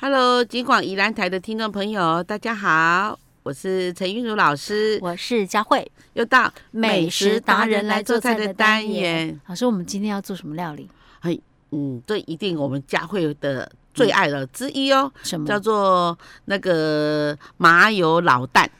Hello，金广宜兰台的听众朋友，大家好，我是陈韵如老师，我是佳慧，又到美食达人来做菜的单元。。老师，我们今天要做什么料理？嗯，这一定我们佳慧的最爱了之一哦，什么叫做那个麻油老蛋。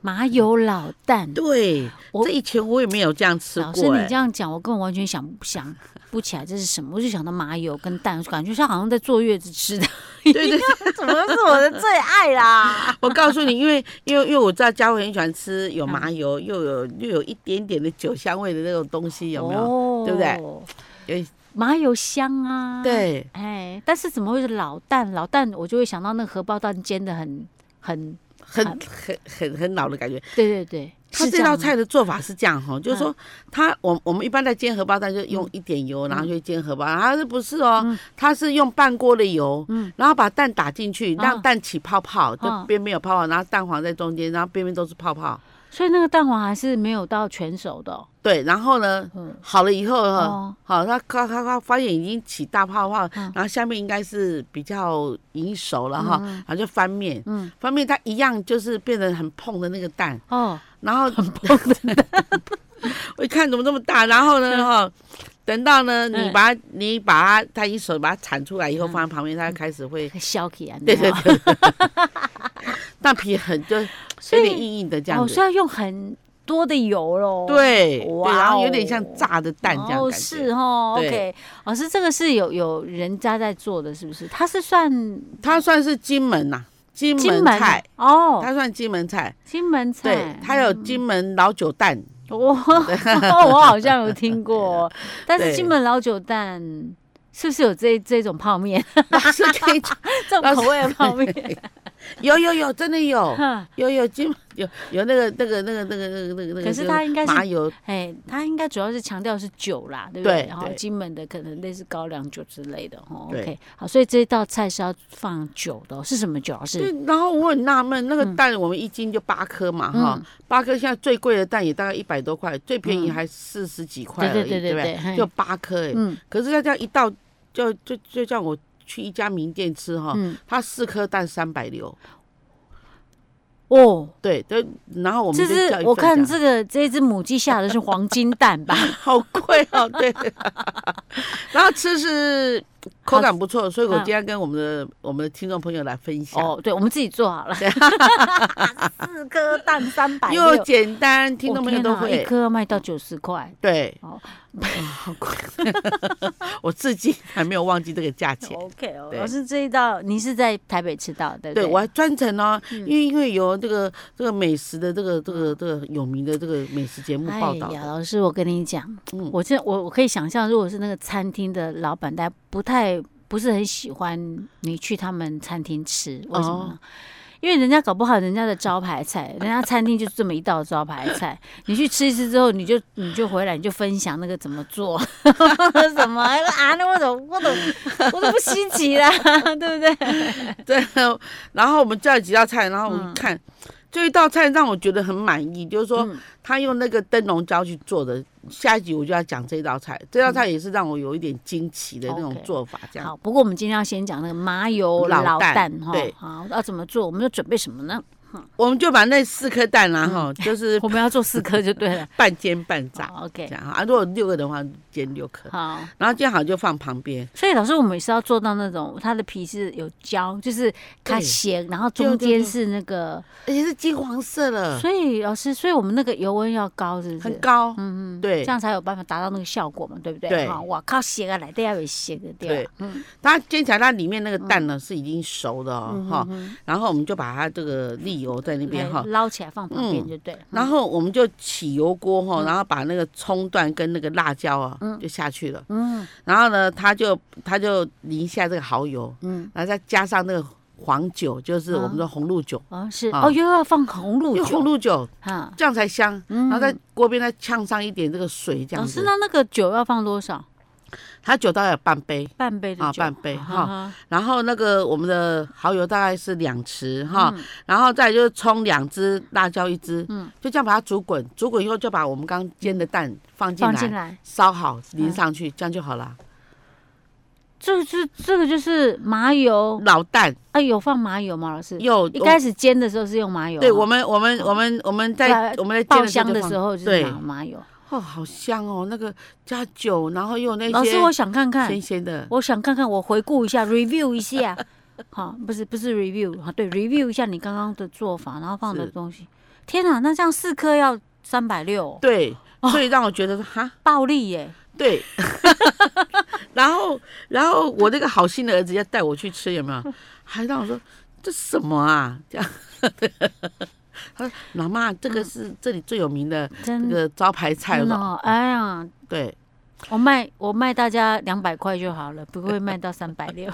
麻油老蛋？对，我这以前我也没有这样吃老师，过、你这哎，样讲，我根本完全想不想不起来这是什么，我就想到麻油跟蛋，感觉像好像在坐月 子吃的。对对 对，怎么是我的最爱 啦？我告诉你，因为因为因为我知道佳慧很喜欢吃嗯有麻油，又有又有一点点的酒香味的那种东西，有没有？有对不对对有哦麻油香啊，。对，哎，但是怎么会是老蛋？老蛋，我就会想到那个荷包蛋煎的很很，很啊很很很老的感觉。对对对，它是这道样吗嗯菜的做法是这样哈，就是说它我我们一般在煎荷包蛋就用一点油，嗯然后就煎荷包蛋，它是不是哦？它是用半锅的油，嗯然后把蛋打进去，啊让蛋起泡泡，就啊边边有泡泡，然后蛋黄在中间，然后边边都是泡泡。所以那个蛋黄还是没有到全熟的哦、对，然后呢，嗯，好了以后哈，哦，好，它咔咔咔发现已经起大泡泡，嗯然后下面应该是比较已经熟了哈，然后就翻面，嗯，翻面它一样就是变得很碰的那个蛋，哦，然后我一看怎么这么大，然后呢哈，等到呢嗯你把它你把它它一手把它铲出来以后嗯放在旁边，它开始会削起来，哦对对对，对，那皮很就所有点以硬硬的这样哦，子，所以要用很多的油喽，，对对，哇然后有点哦像炸的蛋这样哦，感是觉。哦对，OK，老师这个是有有人家在做的，是不是？它是算它算是金门呐，金金门门菜，哦，它算金门菜，金门对菜，，它有金门老酒蛋，我 我好像有 听过，但是金门老酒蛋是不是有这这种泡面， 老师可以讲，这老种师口味的 泡面？有有有，真的有。哼有有金有有那个那个那个那个那个那个那个，可是它应该是麻油哎，它应该主要是强调是酒啦，对不对？对然后对金门的可能类似高粱酒之类的哦。对 OK，好，所以这道菜是要放酒的哦，是什么酒啊？是对，然后我很纳闷，那个蛋我们一斤就八颗嘛，哈、嗯八颗现在最贵的蛋也大概一百多块，最便宜还四十几块而对已，对对不对对对？嘿就八颗哎，嗯可是他这样一到就就就叫我去一家名店吃哈，嗯他四颗蛋三百六，哦，对对，然后我们这就叫一是份我看这样这个这只母鸡下的是黄金蛋 吧？好贵哦，对， 然后吃是口感不错，所以我嗯今天跟我们的我们的听众朋友来分享。哦，对，我们自己做好了， 四颗蛋三百又六，简单，听我众朋友天都哪一会。颗要卖到九十块。对， 哦哇好 贵，我至今还没有忘记这个价钱。 OK 哦，对老师这一道你是在台北吃到的，对不对，对？嗯我还专程哦，因为因为有这个这个美食的这个这个这个有名的这个美食节目报道哎呀，的，老师，我跟你讲，嗯我这我我可以想象，如果是那个餐厅的老板，大家不太不是很喜欢你去他们餐厅吃，为什么哦呢？因为人家搞不好人家的招牌菜，人家餐厅就是这么一道招牌菜，你去吃一次之后，你就你就回来，你就分享那个怎么做， 什么啊？那我怎么我怎么我都不稀奇啦，对不对？ 对。然后我们叫了几道菜，然后我们嗯看，这一道菜让我觉得很满意，就是说嗯他用那个灯笼椒去做的。下一集我就要讲这道菜，这道菜也是让我有一点惊奇的那种嗯 OK 做法，这样。好，不过我们今天要先讲那个麻油老老蛋蛋哈对，好要怎么做？我们要准备什么呢？我们就把那四颗蛋啊，嗯哈，就是我们要做四颗就对了。半煎半炸。好 OK，这样啊，如果六个的话，煎六颗，好。然后煎好就放旁边。所以老师，我们也是要做到那种它的皮是有胶，就是它对咸，然后对中对间对是那个。而且是金黄色了，所以老师，所以我们那个油温要高，是不很是？高。嗯嗯，对这样才有办法达到那个效果嘛，对不对？对好哇靠，咸啊，来都要有咸的掉。对嗯，它煎起来，它里面那个蛋呢是已经熟的哦嗯哈、嗯嗯然后我们就把它这个沥油在那边哈来，捞起来放旁边嗯就对了。然后我们就起油锅嗯哈，然后把那个葱段跟那个辣椒啊就下去了。嗯然后呢，它就它就淋一下这个蚝油，嗯，然后再加上那个黄酒，就是我们的红露酒，哦是好哦，又要放红露啊用红酒露酒哈。这样才香。然后在锅边再呛上一点这个水，这样嗯老子。师，那那个酒要放多少？它酒大概有半杯，半杯的啊酒，半杯哈哈哈。然后那个我们的蚝油大概是两匙哈，嗯然后再来就是葱两只，辣椒一只，嗯，就这样把它煮滚，煮滚以后就把我们刚煎的蛋放进放进嗯来，来，烧好淋上去，这样就好了。这个是这个就是麻油老蛋啊，有放麻油吗？老师，又一开始煎的时候是用麻哦油吗，对我们我们我们我们在对我们在煎爆香的就放时候就是对麻麻油。哦，好香哦，那个加酒，然后又有那些老师，我想看看咸，咸的，我想看看，我回顾一下，review 一下。 好，不是不是 review，好对，review 一下你刚刚的做法，然后放的是东西。天哪，那这样四颗要三百六，对，哦所以让我觉得说哈，暴利耶！对。 然后然后我那个好心的儿子要带我去吃，有没有？还让我说这什么啊？ 这样。他说：“老妈，这个是这里最有名的这真个的，招牌菜。”我真的说哦哎呀，：“对，我卖我卖大家两百块就好了，不会卖到三百 六。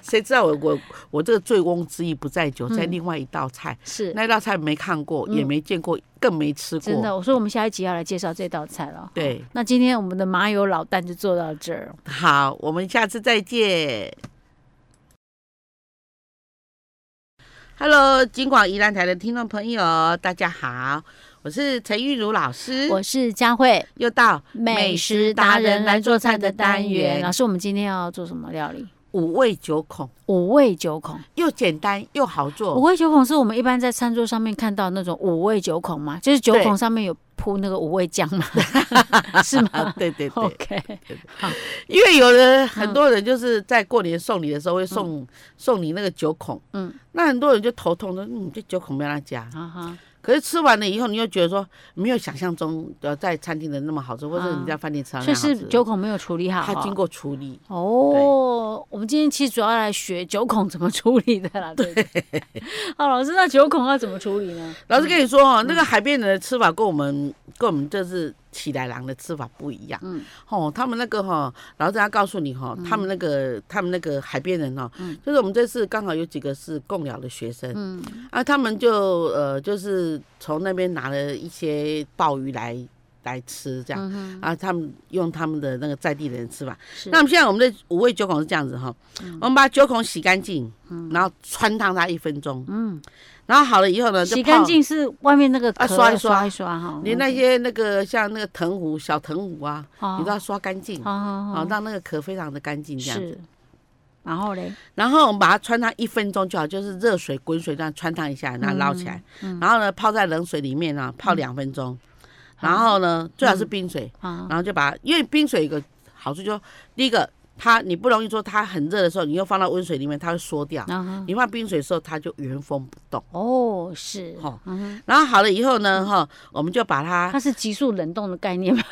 谁知道我我我这个醉翁之意不在酒，在嗯另外一道菜，是，那道菜没看过，也嗯没见过，更没吃 真过。的，我说我们下一集要来介绍这道菜了。对，那今天我们的麻油老蛋就做到这儿。好，我们下次再见。Hello，金广宜兰台的听众朋友，大家好，我是陈玉茹老师，我是佳慧，又到美食达人来做菜的单元。老师，我们今天要做什么料理？五味九孔，五味九孔。又简单又好五做。？味九孔是我们一般在餐桌上面看到那种五味九孔吗？就是九孔上面有铺那个五味酱吗？ 是吗 哦对对对， OK，因为有的很多人就是在过年送礼的时候会送、送你那个九孔，嗯，那很多人就头痛说，嗯，这九孔没有让他加。啊哈，可是吃完了以后，你又觉得说没有想象中的在餐厅的那么好吃，或者嗯你在饭店吃到那所以样好吃是九孔没有处理好哦、它经过处理，哦，我们今天其实主要来学九孔怎么处理的啦，对不对。 好，老师，那九孔要怎么处理呢？老师跟你说哦，那个海边人的吃法跟我们跟我们这是起来狼的吃法不一样。嗯哦，他们那个哈、老师要告诉你哈、他们那个他们那个海边人哦，就是我们这次刚好有几个是共寮的学生，嗯，啊，他们就呃就是从那边拿了一些鲍鱼来来吃这样。嗯哼，啊，他们用他们的那个在地的人吃法。是嗯那我们现在我们的五味九孔是这样子哈，我们把九孔洗干净，然后穿烫它一分钟，嗯，然后好了以后呢，就洗泡干。净嗯是外面那个壳啊刷一刷刷一刷哈，你那些那个像那个藤壶、小藤壶啊，好你都要刷干净，哦好好啊，让那个壳非常的干净这样。是，然后嘞，然后我们把它穿烫一分钟就好，就是热水、滚水这样穿烫一下，嗯然后捞起来，然后呢泡在冷水里面啊，泡两分钟。然后呢，最好是冰水，啊，然后就把它，因为冰水有一个好处就是，第一个它你不容易说它很热的时候，你又放到温水里面，它会缩掉。然后你放冰水的时候，它就原封不动。哦是，哈嗯哼，然后好了以后呢，嗯哈，我们就把它 它是急速冷冻的概念吗？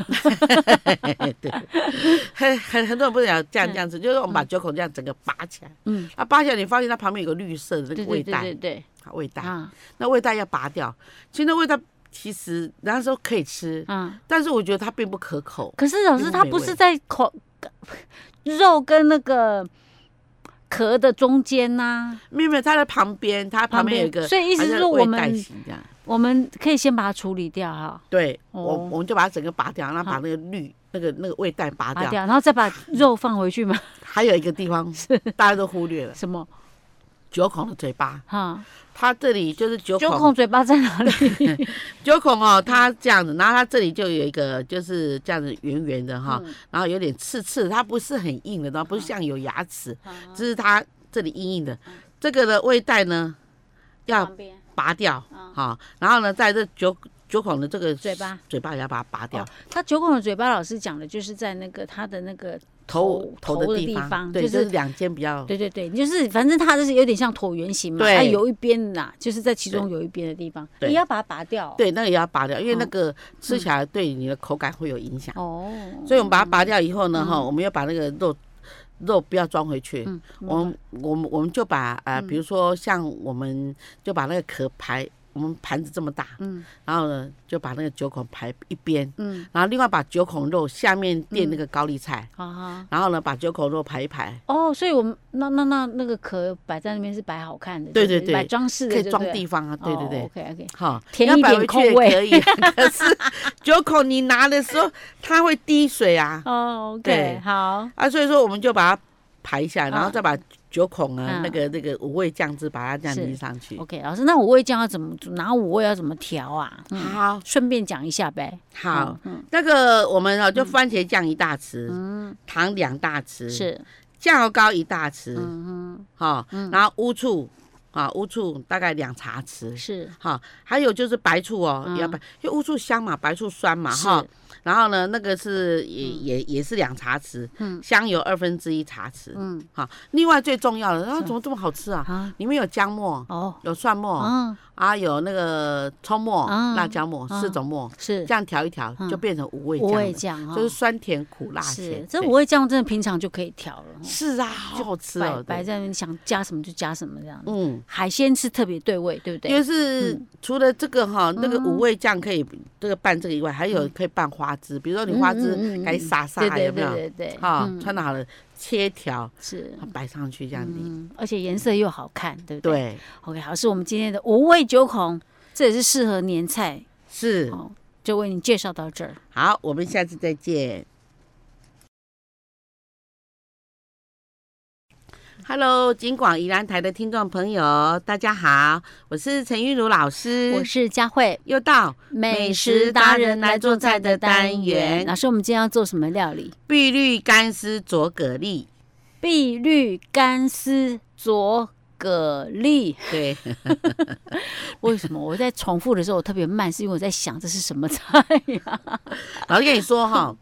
对，很很很多人不讲这样这样子，就是我们把九孔这样整个拔起来，嗯，啊，拔起来你发现它旁边有个绿色的那对个对味对带对，对，啊味带，啊那味带要拔掉。其实那味道其实人家说可以吃，啊，但是我觉得它并不可口。可是老师并它美不味是在口肉跟那个壳的中间呐，没有没有，它在旁边，它旁边有一个，所以意思是说我味带们型这样。我们可以先把它处理掉哈，对，哦我我们就把它整个拔掉，然后把好那个绿那个那个味带拔拔掉。掉，然后再把肉放回去 嘛？还有一个地 方大家都忽略了，什么？九孔的嘴巴，哈，它这里就是九九孔孔嘴巴在哪里？九孔哦，它这样子，然后它这里就有一个就是这样子圆圆的哈，嗯然后有点刺刺，它不是很硬的，然后不是像有牙齿，嗯只是它这里硬硬的。这个的胃带呢要旁边拔掉嗯哈，然后呢在这九九孔的这个嘴巴，嘴巴也要把它拔掉哦，它九孔的嘴巴，老师讲的就是在那个它的那个头头的的地地方，方对，就就是是两间比较对对对，就是反正它就是有点像椭圆形嘛，对它有一边呐，就是在其中有一边的地方，哎对你要把它拔掉。，对，那个也要拔掉，因为那嗯个吃起来对你的口感会有影响。哦，所以我们把它拔掉以后呢，哈、我们要把那个肉肉不要装回去，嗯我们我们我们就把呃，比如说像我们就把那个壳排，我们盘子这么大，嗯然后呢就把那个九孔排一边，嗯，然后另外把九孔肉下面垫那个高丽菜，好好。然后呢把九孔肉排一排，啊哦，所以我们那那那那个壳摆在那边是摆好看的，对对对不对摆装饰的，可以对哦装不地方啊，对对对。 ，OK OK，好，填要一摆点回去空也位可以，啊可是九孔你拿的时候它会滴水啊，哦对，OK，好，啊，所以说我们就把它排一下，然后啊再把九孔啊，嗯那个那个五味酱汁，把它这样是淋上去。 OK，老师，那五味酱要怎么煮拿五味要怎么调啊？嗯，好顺便讲一下呗。好，嗯，那个我们哦，就番茄酱一大匙，糖两大匙，嗯是，酱油膏一大匙，嗯哈，然后乌醋啊，乌醋大概两茶哼，匙。是好，还有就是白醋哦，嗯也要白，因为乌醋香嘛，白醋酸嘛，是哈。然后呢，那个是也、也也是两茶匙，嗯香油二分之一茶匙。嗯好，另外最重要的，啊，怎么这么好吃啊？啊里面有姜末，哦有蒜末，嗯啊，有那个葱末、嗯辣椒末、嗯四种末，是这样调一调嗯就变成五味五味酱酱了，哈，就是酸甜苦辣哦是咸。这对五味酱真的平常就可以调了，哦是啊，好好吃摆哦，摆对在那边想加什么就加什么这样子。嗯。海鲜是特别对味，对嗯不就对？是除了这个哈，那个五味酱可以这个拌这个以外，还有可以拌花枝，比如说你花枝嗯嗯嗯嗯嗯改撒撒对对有没对有？对对，哈，嗯穿的好了切条是，摆上去这样子，嗯，而且颜色又好看，对不对？对， OK，好，是我们今天的五味九孔，这也是适合年菜是哦，就为你介绍到这儿。好，我们下次再见。Hello，金广宜兰台的听众朋友，大家好，我是陈玉茹老师，我是佳慧，又到美食达人来做菜的单元。老师，我们今天要做什么料理？碧绿干丝佐蛤蜊，碧绿干丝佐蛤蜊。对， 为什么我在重复的时候我特别慢？是因为我在想这是什么菜呀、 哦老师跟你说哈，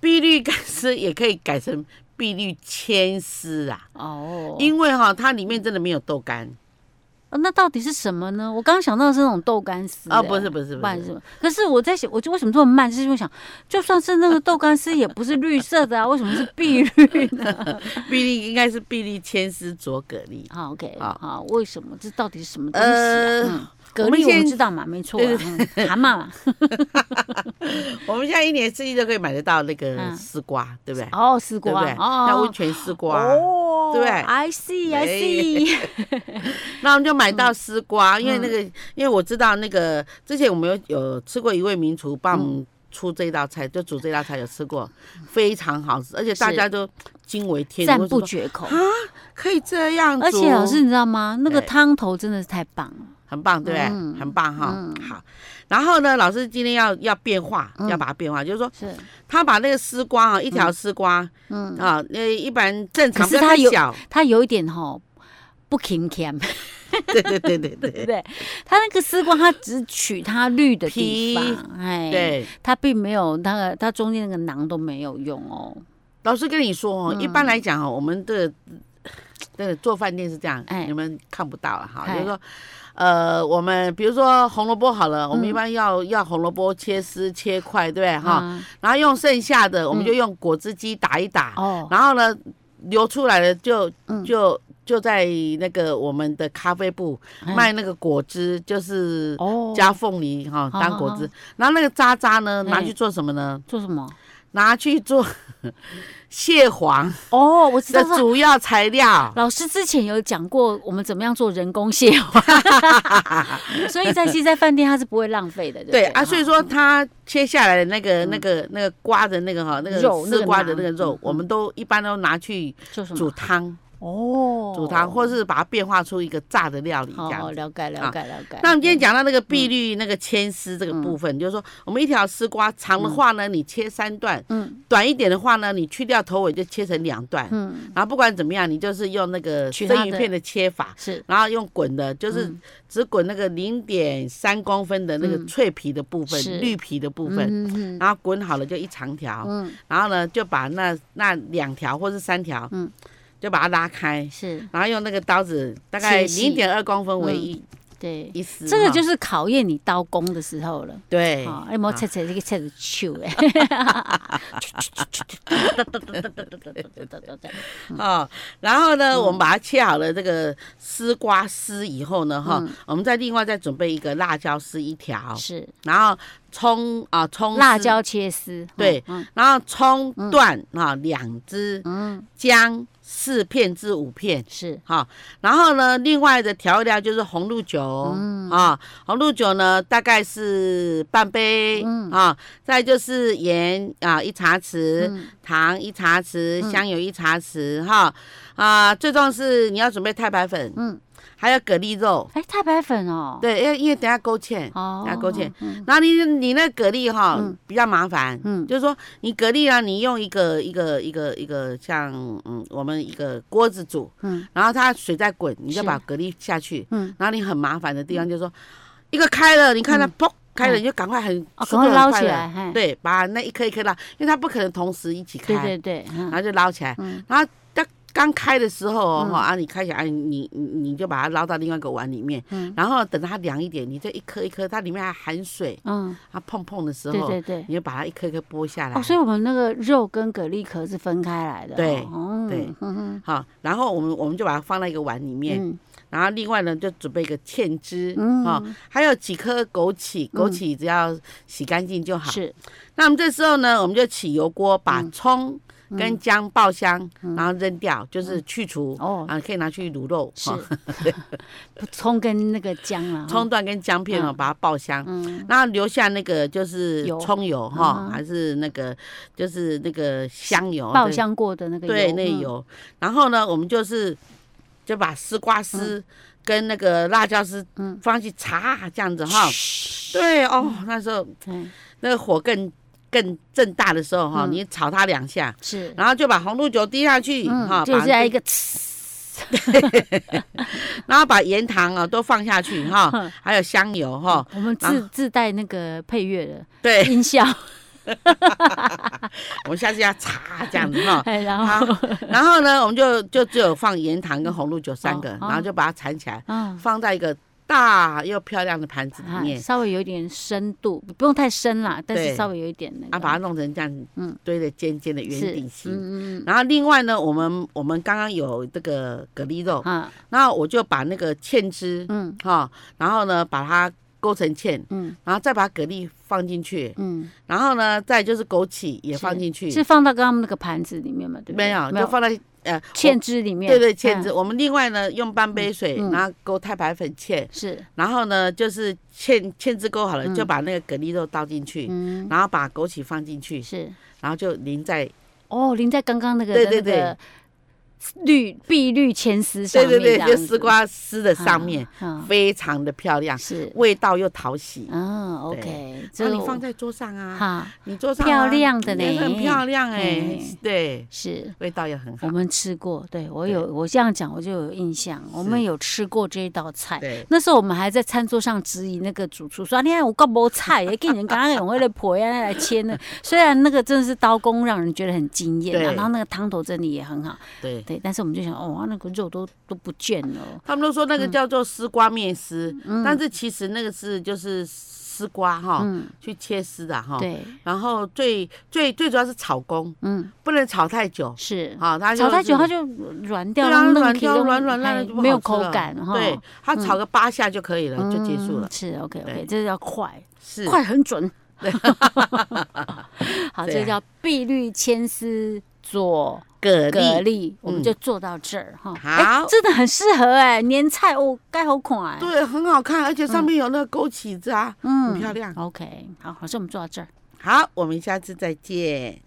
碧绿干丝也可以改成碧绿千丝啊，哦，因为哈它里面真的没有豆干，哦那到底是什么呢？我刚刚想到的是那种豆干丝、哦哎不是不是不是不然是什么？可是我在想，我就为什么这么慢？就是因为想，就算是那个豆干丝也不是绿色的啊，为什么是碧绿呢？ 碧绿应该是碧绿千丝佐蛤蜊。好，OK，好呃好，为什么？这到底是什么东西、啊？嗯蛤我们蜊我先们知道嘛，没错、啊，对嗯蛤蟆 嘛，我们现在一年四季都可以买得到那个嗯丝瓜，对不对？哦，丝对瓜不对？，像温哦，泉丝瓜，啊哦对不对？I see，I 没 see，那我们就买嗯到丝瓜，因为那个，因为我知道那个之前我们有有吃过一位名厨嗯帮我们出这道菜，就煮这道菜有吃过，非常好吃，而且大家都惊为天人，赞不我说绝口。可以这样煮，而且老师，你知道吗？那个对汤头真的是太棒了。很棒，对不对？嗯很棒哈。嗯好，然后呢，老师今天要要变化，嗯要把它变化，就是说是，他把那个丝瓜啊，一条丝瓜嗯，啊，那一般正常可是不要它太有小，它有一点吼不勤俭， 对对对对对不对对？它那个丝瓜，它只取它绿的地方，哎，，对。它并没有那个它中间那个囊都没有用哦，老师跟你说哦，嗯一般来讲哦，我们的 对做饭店是这样，哎你们看不到了哈，哎就是说。呃，我们比如说红萝卜好了，我们嗯一般要要红萝卜切丝切块，对不对哈？啊，然后用剩下的，我们就用果汁机打一打，哦，然后呢流出来的就嗯就就在那个我们的咖啡部哎卖那个果汁，就是哦，加凤梨哈好当好果好汁，然后那个渣渣呢拿哎去做什么呢？做什么？拿去做 蟹黄。哦，我知道的了。主要材料。老师之前有讲过我们怎么样做人工蟹 黄，所以在其实在饭店它是不会浪费的，不对啊，所以哈说它切下来的那个、那个、那个瓜的那个哈，那个嗯肉那丝个瓜的囊那个肉，我们都一般都拿去做什么煮汤，哦，煮汤，或是把它变化出一个炸的料理这好好样子。啊了解嗯了解了解。那我们今天讲到那个碧绿那个千丝这嗯个部分，就是说我们一条丝瓜长的话呢，你切三段；嗯短一点的话呢，你去掉头尾就切成两段。嗯然后不管怎么样，你就是用那个取它生鱼的片的切法，是然后用滚的，就是嗯只滚那个零点三公分的那个嗯脆皮的部分、是绿皮的部分，嗯嗯然后滚好了就一长条，嗯然后呢就把那那两条或是三条，嗯就把它拉开，是然后用那个刀子大概切细零点二公分为一、对。一丝哈，这个就是是考验你刀工的时候了。对。哦，有没有切切这个切的手 哎？哦，然后嗯呢，我们把它切好了这个丝瓜丝以后呢，嗯哈、我们再另外再准备一个辣椒丝一条，是然后葱啊、葱丝辣椒切丝。对嗯，然后葱段啊两只，姜四片至五片。是哈、然后呢，另外的调料就是红露酒，嗯啊，红露酒呢大概是半杯，嗯啊，再就是盐啊一茶匙，嗯糖一茶匙，香油一茶匙，哈，啊，最重要是你要准备太白粉，嗯还有蛤蜊肉，哎，太白粉哦，，对，因为因为等下勾芡，哦，来勾芡嗯，然后你你那蛤蜊哈、嗯比较麻烦，嗯就是说你蛤蜊啊，你用一个一个一个一个像嗯我们一个锅子煮，嗯然后它水在滚，你就是把蛤蜊下去。嗯，然后你很麻烦的地方就是说，一个开了，你看它砰开了，嗯你就赶快很哦，速赶度很快捞快起的来，嘿，对，把那一颗一颗捞，因为它不可能同时一起开，对对对，嗯然后就捞起来。嗯然后它刚开的时候哦，嗯哈啊，你开起来，你你你就把它捞到另外一个碗里面，嗯然后等它凉一点，你这一颗一颗，它里面还含水，嗯，它碰碰的时对候，对对。你就把它一颗一颗剥下来哦，。所以我们那个肉跟蛤蜊壳是分开来的哦，对哦对嗯哼好，然后我们我们就把它放在一个碗里面，嗯然后另外呢就准备一个芡汁，嗯哈、还有几颗枸杞，枸杞只要洗干净就好。是嗯那我们这时候呢，我们就起油锅，把葱跟姜爆香，然后扔掉，就是去除，哦啊，可以拿去卤肉，是嗯哈， 葱跟那个姜啊，葱段跟姜片哦，嗯把它爆香。嗯然后留下那个就是油葱油哈嗯，哼还是那个就是那个香油，爆哦对香过的那个对，油那嗯油。然后呢，我们就是就把丝瓜丝跟那个辣椒丝嗯放进去炸，这样子哈。对哦，那时候对那个火更更正大的时候哈，嗯你炒它两下，是，然后就把红露酒滴下去哈，嗯就把是来一这个呲，然后把盐糖啊都放下去哈，嗯还有香油哦啊哈，我们然自自带那个配乐的 对，啊音效，。我们下次要炸这样子哈 哎， 然好后，然后呢，我们就就只有放盐糖跟红露酒三个，哦哦然后就把它缠起来，嗯，放在一个大又漂亮的盘子里啊啊面，稍微有一点深度，不用太深啦，但对是稍微有一点那啊，把它个，弄成这样，嗯嗯，堆的尖尖的圆是顶形。嗯嗯然后另外呢，我们我们刚刚有这个蛤蜊肉嗯，，啊，然后我就把那个芡汁，嗯哈、然后呢把它勾成芡，嗯然后再把蛤蜊放进去，嗯，然后呢再就是枸杞也放进去，是放到刚刚那个盘子里面嘛？对不对？没有没就有，放在呃芡汁里我面，对对芡嗯汁。我们另外呢用半杯水，嗯嗯然后勾太白粉芡，是，然后呢就是芡芡汁勾好了，嗯就把那个蛤蜊肉倒进去，嗯然后把枸杞放进去，是，然后就淋在哦，淋在刚刚那个对的对那个绿碧绿千丝上对面对对，这样子，就丝瓜丝的上面，啊，啊非常的漂亮，是，味道又讨喜。嗯对，OK，那这你我放在桌上啊，哈你桌上啊漂亮的呢也很漂亮哎嘿，对，是。味道也很好我。们吃过，对我对有我这样讲我就有印象，我们有吃过这一道菜。对，那时候我们还在餐桌上质疑那个主厨说：“你看我搞没 菜耶，给人刚刚用那个婆呀来切呢。”虽然那个真的是刀工让人觉得很惊艳啊，对然后那个汤头真的也很好，对，对。但是我们就想，哦，那个肉都都不见了，他们都说那嗯个叫做丝瓜面丝，但是其实那个是就是丝瓜哈，嗯，去切丝的哈。对，然后最最最主要是炒工，嗯，不能炒太久，是。好，它炒太久它就就软对掉，啊，了，软掉软软烂了就不好哎没有吃了口感哈。对，它炒个八下就可以了，就结束了嗯。是 OK 对 OK，这叫快，是，快很准。好，对啊这叫碧绿千丝做蛤蜊蛤嗯蜊，我们就做到这儿哈。好哎真的很适合哎，年菜哦，该好款哎。，对，很好看，而且上面有那个枸杞子啊，很嗯漂亮。 ，OK，好，好像我们做到这儿。好，我们下次再见。